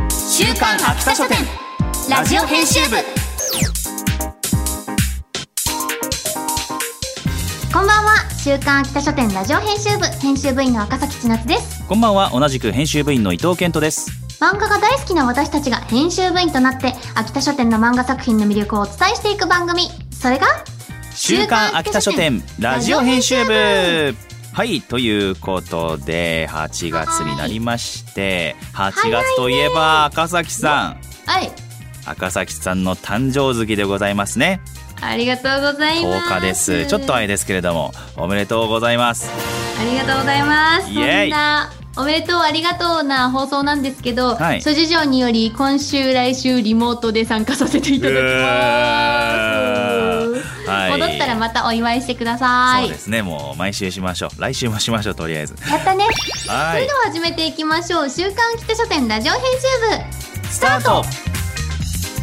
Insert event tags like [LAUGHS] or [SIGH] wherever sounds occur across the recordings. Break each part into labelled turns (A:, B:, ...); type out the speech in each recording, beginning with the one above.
A: 刊秋田書店ラジオ編集部
B: こんばんは週刊秋田書店ラジオ編集部編集部員の赤崎千夏です
C: こんばんは同じく編集部員の伊藤健人です
B: 漫画が大好きな私たちが編集部員となって秋田書店の漫画作品の魅力をお伝えしていく番組それが
C: 週刊秋田書店ラジオ編集部はいということで8月になりまして8月といえば赤崎さん
B: はい
C: 赤崎さんの誕生月でございますね
B: ありがとうございま
C: 10
B: す
C: 日ですちょっとあれですけれどもおめでとうございます
B: ありがとうございます
C: イエイ
B: そんなおめでとうありがとうな放送なんですけど、
C: はい
B: 諸事情により今週来週リモートで参加させていただきます、
C: うーはい
B: 戻ったらまたお祝いしてくださ
C: そ
B: いう
C: ですねもう毎週しましょう来週もしましょうとりあえず
B: やったねそ
C: は
B: れ
C: い
B: では始めていきましょう週刊北書店ラジオ編集
C: スタート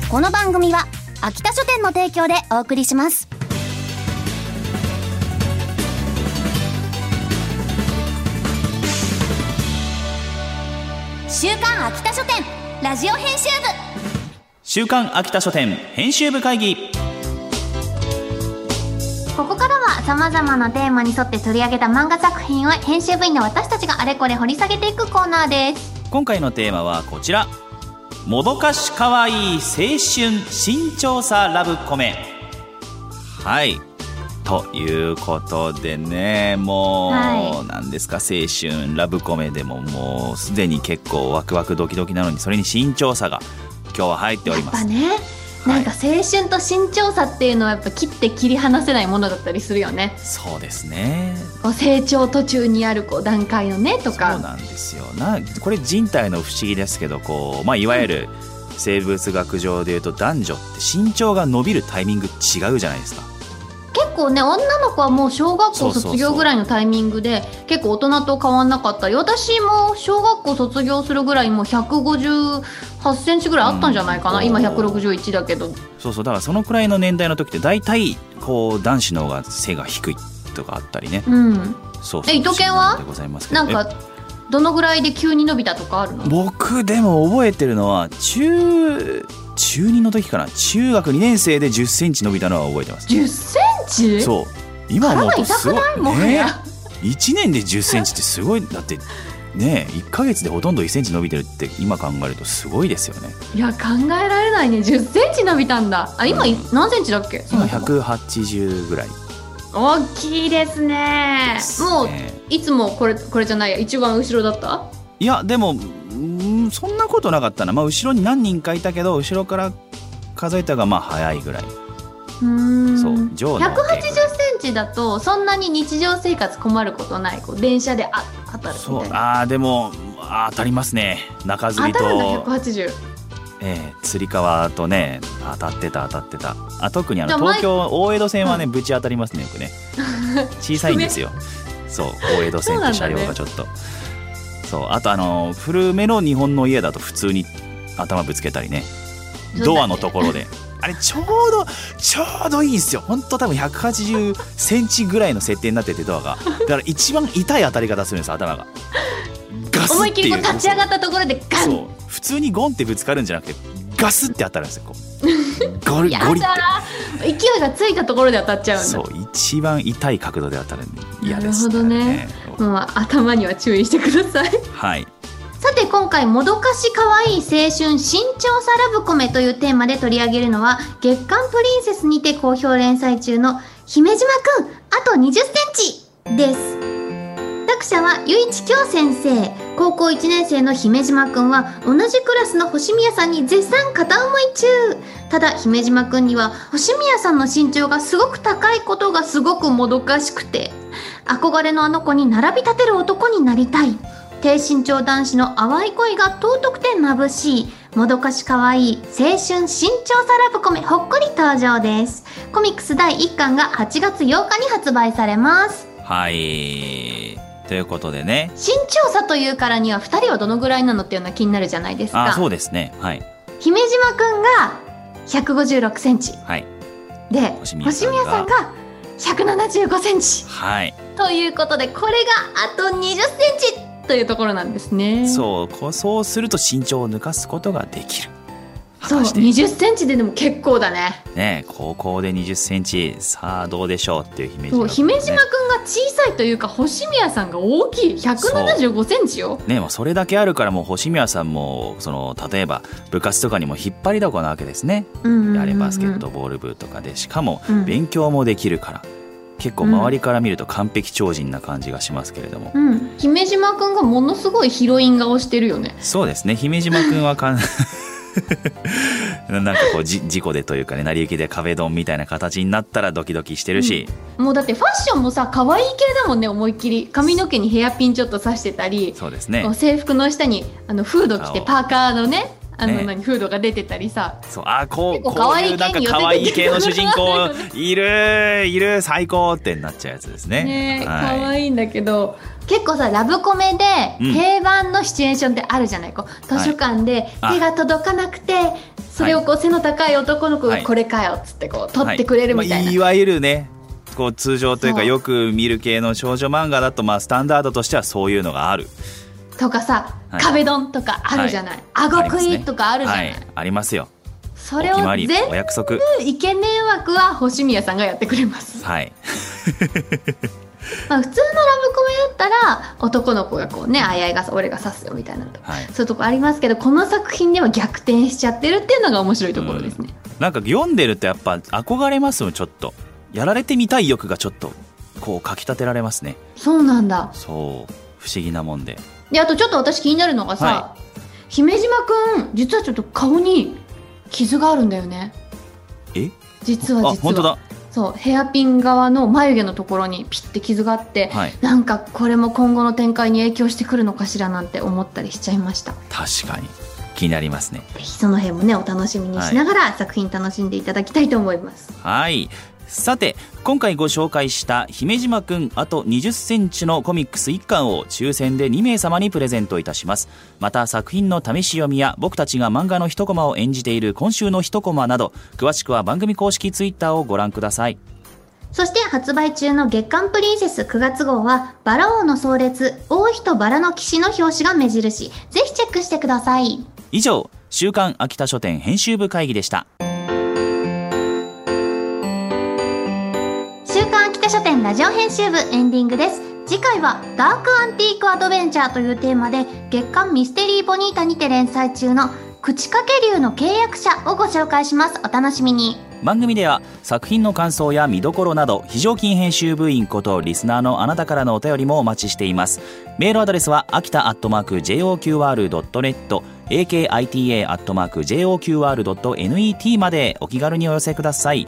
A: この番組は秋田書店の提供でお送りします週刊秋田書店ラジオ編集
C: 週刊秋田書店編集部会議
B: 部ここからは様々なテーマに沿って取り上げた漫画作品を編集部員の私たちがあれこれ掘り下げていくコーナーです
C: 今回のテーマはこちらもどかしかわいい青春新調査ラブコメはいということでねもう、
B: は
C: なんですか青春ラブコメでももうすでに結構ワクワクドキドキなのにそれに新調査が今日は入っており
B: やっ
C: ま
B: ぱ
C: す
B: ね
C: は
B: ないんか青春と身長差っていうのはやっぱ切って切り離せないものだったりするよね
C: そうですね
B: こう成長途中にあるこう段階のねと
C: そう
B: か
C: なんですよなこれ人体の不思議ですけどこう、まあ、いわゆる生物学上でいうと男女って身長が伸びるタイミング違うじゃないですか
B: 結構ね女の子はもう小学
C: そう
B: 校
C: そうそう
B: 卒業ぐらいのタイミングで結構大人と変わんなかったり私も小学校卒業するぐらいもう158センチぐらいあったんじゃないかな、
C: うん
B: 今161だけど
C: そうそうだからそのくらいの年代の時って大体こう男子の方が背が低いとかあったりね
B: うん
C: そうそう
B: え伊藤健は
C: そういうのでございますけ
B: な
C: ど
B: んかどのぐらいで急に伸びたとかあるの
C: え僕でも覚えてるのは中中2の時かな中学2年生で1 0ンチ伸びたのは覚えてます
B: 10センチ
C: そう今思う
B: 体
C: と
B: 痛
C: す
B: く
C: ごい
B: ないもん
C: ね
B: ね
C: 1年で1 0ンチってすごいだってねえ1か月でほとんど1センチ伸びてるって今考えるとすごいですよね
B: いや考えられないね10センチ伸びたんだあ今い何センチだっけ
C: 今180ぐらい
B: 大きいですね
C: ですね
B: もういつもこれこれじゃないや一番後ろだった
C: いやでもうーんそんなことなかったなまあ後ろに何人かいたけど後ろから数えたがまあ早いぐらいう
B: ーん
C: そう上の
B: 180センチだとそんなに日常生活困ることないこう電車であ当たるみ
C: そう
B: たいな
C: あーでもあー当たりますね中吊
B: 当
C: り
B: たるんだ
C: と、
B: 180
C: ええ吊り革とね当たってた当たってたあ特にあ
B: じゃ
C: の
B: あ前
C: 東京大江戸線はね、ぶち当たりますねよくね小さいんで
B: [LAUGHS]
C: すよそう大江戸線って車両がちょっとそう,、あとあの古めの日本の家だと普通に頭ぶつけたりねドアのところで。あれちょうどちょうどいいんですよほんと多分180センチぐらいの設定になっててドアがだから一番痛い当たり方するんです頭がガス
B: 思い
C: っ
B: ってきり
C: い
B: こ
C: う
B: う立ち上がったところでガ
C: そ
B: ン
C: う普通にゴンってぶつかるんじゃなくてガスって当たるんですよ
B: [LAUGHS]
C: こうゴリ
B: や
C: ゴリって
B: だー勢いがついたところで当たっちゃうんだ
C: そう一番痛い角度で当たるんで嫌ですから
B: なるもう頭には注意してください
C: はい
B: さて今回「もどかしかわいい青春新調査ラブコメ」というテーマで取り上げるのは月刊プリンセスにて好評連載中の姫島くんあと20センチです作者はゆいちきょう先生高校1年生の姫島くんは同じクラスの星宮さんに絶賛片思い中ただ姫島くんには星宮さんの身長がすごく高いことがすごくもどかしくて憧れのあの子に並び立てる男になりたい低身長男子の淡い恋が尊くて眩しいもどかしかわいい青春身長差ラブコメほっこり登場ですコミックス第1巻が8月8日に発売されます
C: はいということでね
B: 身長差というからには2人はどのぐらいなのっていうのは気になるじゃないです
C: あ
B: か
C: そうですねはい
B: 姫島くんが156センチ
C: はい
B: で
C: 星
B: 星
C: 宮
B: 宮
C: さんが
B: さんが175センチ
C: はい
B: ということでこれがあと20センチとというところなんですね。
C: そうこうそうすると身長を抜かすことができる
B: そう、
C: 果たして
B: 20センチででも結構だね。
C: ね高校で2 0センチさあどうでしょうっていう姫路
B: そう、姫島くん
C: ね
B: が小さいというか、星宮さんが大きい。175センチよ。
C: ねもうそれだけあるからもう星宮さんもその例えば部活とかにも引っ張りだこなわけですね、
B: うんうんうんうん
C: あれバスケットボール部とかでしかも
B: うん
C: 勉強もできるから、結構周りから見ると完璧超人な感じがしますけれども、
B: うん、姫島くんがものすごいヒロイン顔してるよね。
C: そうですね姫島くんはかん [LAUGHS] なんかこうじ事故でというかね成り行きで壁ドンみたいな形になったらドキドキしてるし、
B: もうだってファッションもさ、可愛い系だもんね、思いっきり。髪の毛にヘアピンちょっと刺してたり、
C: そうですね
B: こう制服の下にあのフード着て、
C: 青
B: パーカーのね、あの
C: ね
B: 何、フードが出てたりさ。
C: そうあーこう
B: 結構
C: こ
B: 可
C: う
B: 愛
C: いう
B: い
C: な
B: 系
C: んか
B: に寄せてくる
C: 可愛い系の主人公いるいる最高ってなっちゃうやつですね。
B: ねえ、
C: はい
B: 可愛いんだけど結構さラブコメで
C: うん
B: 定番のシチュエーションってあるじゃない、こう図書館で
C: あ
B: 手が届かなくて、それをこう背の高い男の子
C: は
B: が
C: い
B: これかよっつってこう取ってくれるみたいな、
C: はまあいわゆるねこう通常というか
B: そう
C: よく見る系の少女漫画だとまあスタンダードとしてはそういうのがある
B: とかさ、
C: はい
B: 壁ドンとかあるじゃない、顎食いとかあるじゃない、
C: はい、ありますよ
B: そ
C: お
B: れ
C: 決
B: を
C: まり
B: 全
C: お約束
B: 部イケメン枠は星宮さんがやってくれます、
C: はい
B: まあ、普通のラブコメだったら男の子がこうねあいあいが俺が刺すよみたいなのとか
C: はい
B: そういうとこありますけどこの作品では逆転しちゃってるっていうのが面白いところですね、
C: なんか読んでるとやっぱ憧れますよちょっとやられてみたい欲がちょっとこうかきたてられますね
B: そうなんだ
C: そう不思議なもんで
B: であとちょっと私気になるのがさ、
C: は
B: 姫島くん実はちょっと顔に傷があるんだよね
C: え
B: 実は実は
C: あ本当だ
B: そうヘアピン側の眉毛のところにピッて傷があって、
C: はい
B: なんかこれも今後の展開に影響してくるのかしらなんて思ったりしちゃいました
C: 確かに気になりますね
B: ぜひその辺もねお楽しみにしながら、作品楽しんでいただきたいと思います
C: はい。さて、今回ご紹介した姫島くんあと20センチのコミックス1巻を抽選で2名様にプレゼントいたします。また作品の試し読みや僕たちが漫画の一コマを演じている今週の一コマなど、詳しくは番組公式ツイッターをご覧ください。
B: そして発売中の月刊プリンセス9月号はバラ王の葬列王妃とバラの騎士の表紙が目印ぜひチェックしてください
C: 以上、週刊秋田書店編集部会議でした。
B: 週刊秋田書店ラジオ編集部エンディングです次回はダークアンティークアドベンチャーというテーマで月刊ミステリーボニータにて連載中の口かけ流の契約者をご紹介しますお楽しみに
C: 番組では作品の感想や見どころなど非常勤編集部員ことリスナーのあなたからのお便りもお待ちしていますメールアドレスは秋田アットマーク JOQR.net akita アットマーク JOQR.net までお気軽にお寄せください